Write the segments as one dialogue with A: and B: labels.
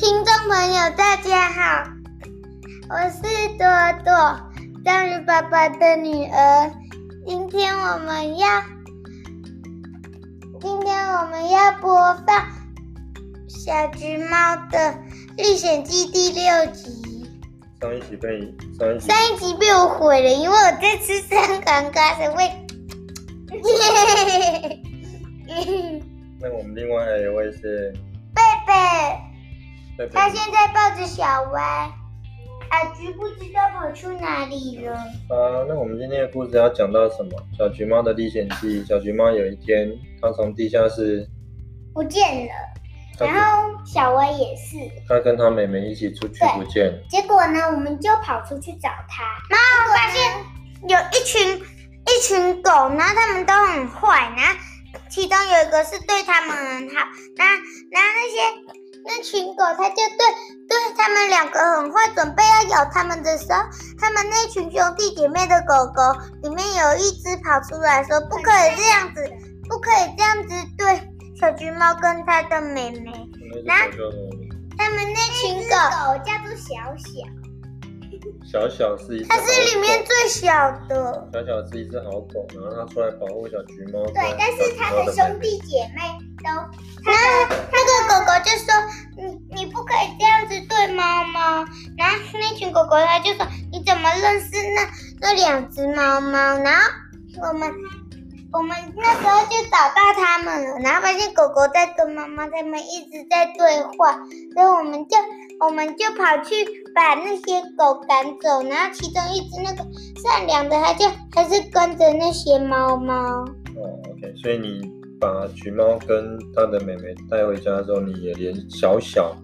A: 朋友，大家好，我是朵朵，章鱼爸爸的女儿。今天我们要，今天我们要播放《小橘猫的历险记》第六集。
B: 上一集被上一集
A: 上一集被我毁了，因为我在吃三港咖喱味。
B: 那我们另外还有一位是
A: 贝贝。
B: 贝贝，
A: 他现在抱着小歪，阿菊不知道跑去哪里了。
B: 啊，那我们今天的故事要讲到什么？小橘猫的历险记。小橘猫有一天，它从地下室，
A: 不见了，
B: 它
A: 然
B: 跟
A: 后小歪也是。
B: 它跟它妹妹一起出去不见，
A: 结果呢，我们就跑出去找他，然后发现有一群一群狗，然后它们都很坏，然后其中有一个是对它们很好，那然后那些那群狗，它就对对它们两个很坏，准备要咬它们的时候，它们那群兄弟姐妹的狗狗里面有一只跑出来说：“不可以这样子，不可以这样子对小橘猫跟它的妹妹。”
B: 那只狗叫
A: 他们那群狗狗叫做小小，
B: 小小是一只好
A: 它
B: 狗，
A: 是里面最小的，
B: 小小是一只好狗，然后它出来保护小橘猫。
A: 对，但是它
B: 它
A: 的兄弟姐妹都，那那个狗狗就说你你不可以这样子对猫猫，然后那群狗狗它就说你怎么认识那那两只猫猫？然后我们我们那时候就找到它们了，然后发现狗狗在跟妈妈它们一直在对话，所以我们就我们就跑去把那些狗赶走，然后其中一只那个善良的，它就还是跟着那些猫猫。
B: 哦，OK，所以你把橘猫跟它的妹妹带回家之后，你也连小小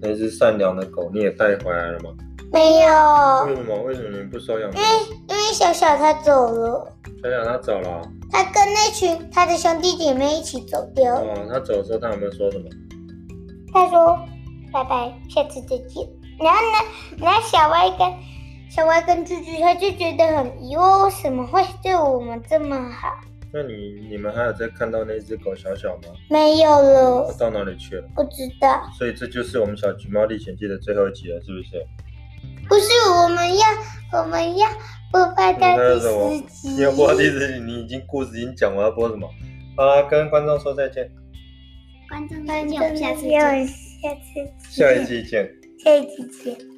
B: 那只善良的狗你也带回来了吗？
A: 没有，
B: 为什么？为什么你们不收养它？
A: 因为小小它走了，
B: 小小它走了啊、
A: 它跟那群它的兄弟姐妹一起走掉了。
B: 哦，他走的时候他有没有说什么？
A: 他说：“拜拜，下次再见。”然后呢，然后小歪跟小歪跟猪猪，他就觉得很疑惑，为什么会对我们这么好？
B: 那你你们还有在看到那只狗小小吗？
A: 没有
B: 它
A: 了，
B: 到哪里去了？
A: 不知道。
B: 所以这就是我们小橘猫历险记的最后一集了，是不是？
A: 不是我们要，我们要播放到第十集。
B: 你要播第十集，你已经故事已经讲完，要播什么？好啦，跟观众说再见，
A: 观众再见，我们下次见，下次
B: 下一期见。
A: 下一集见。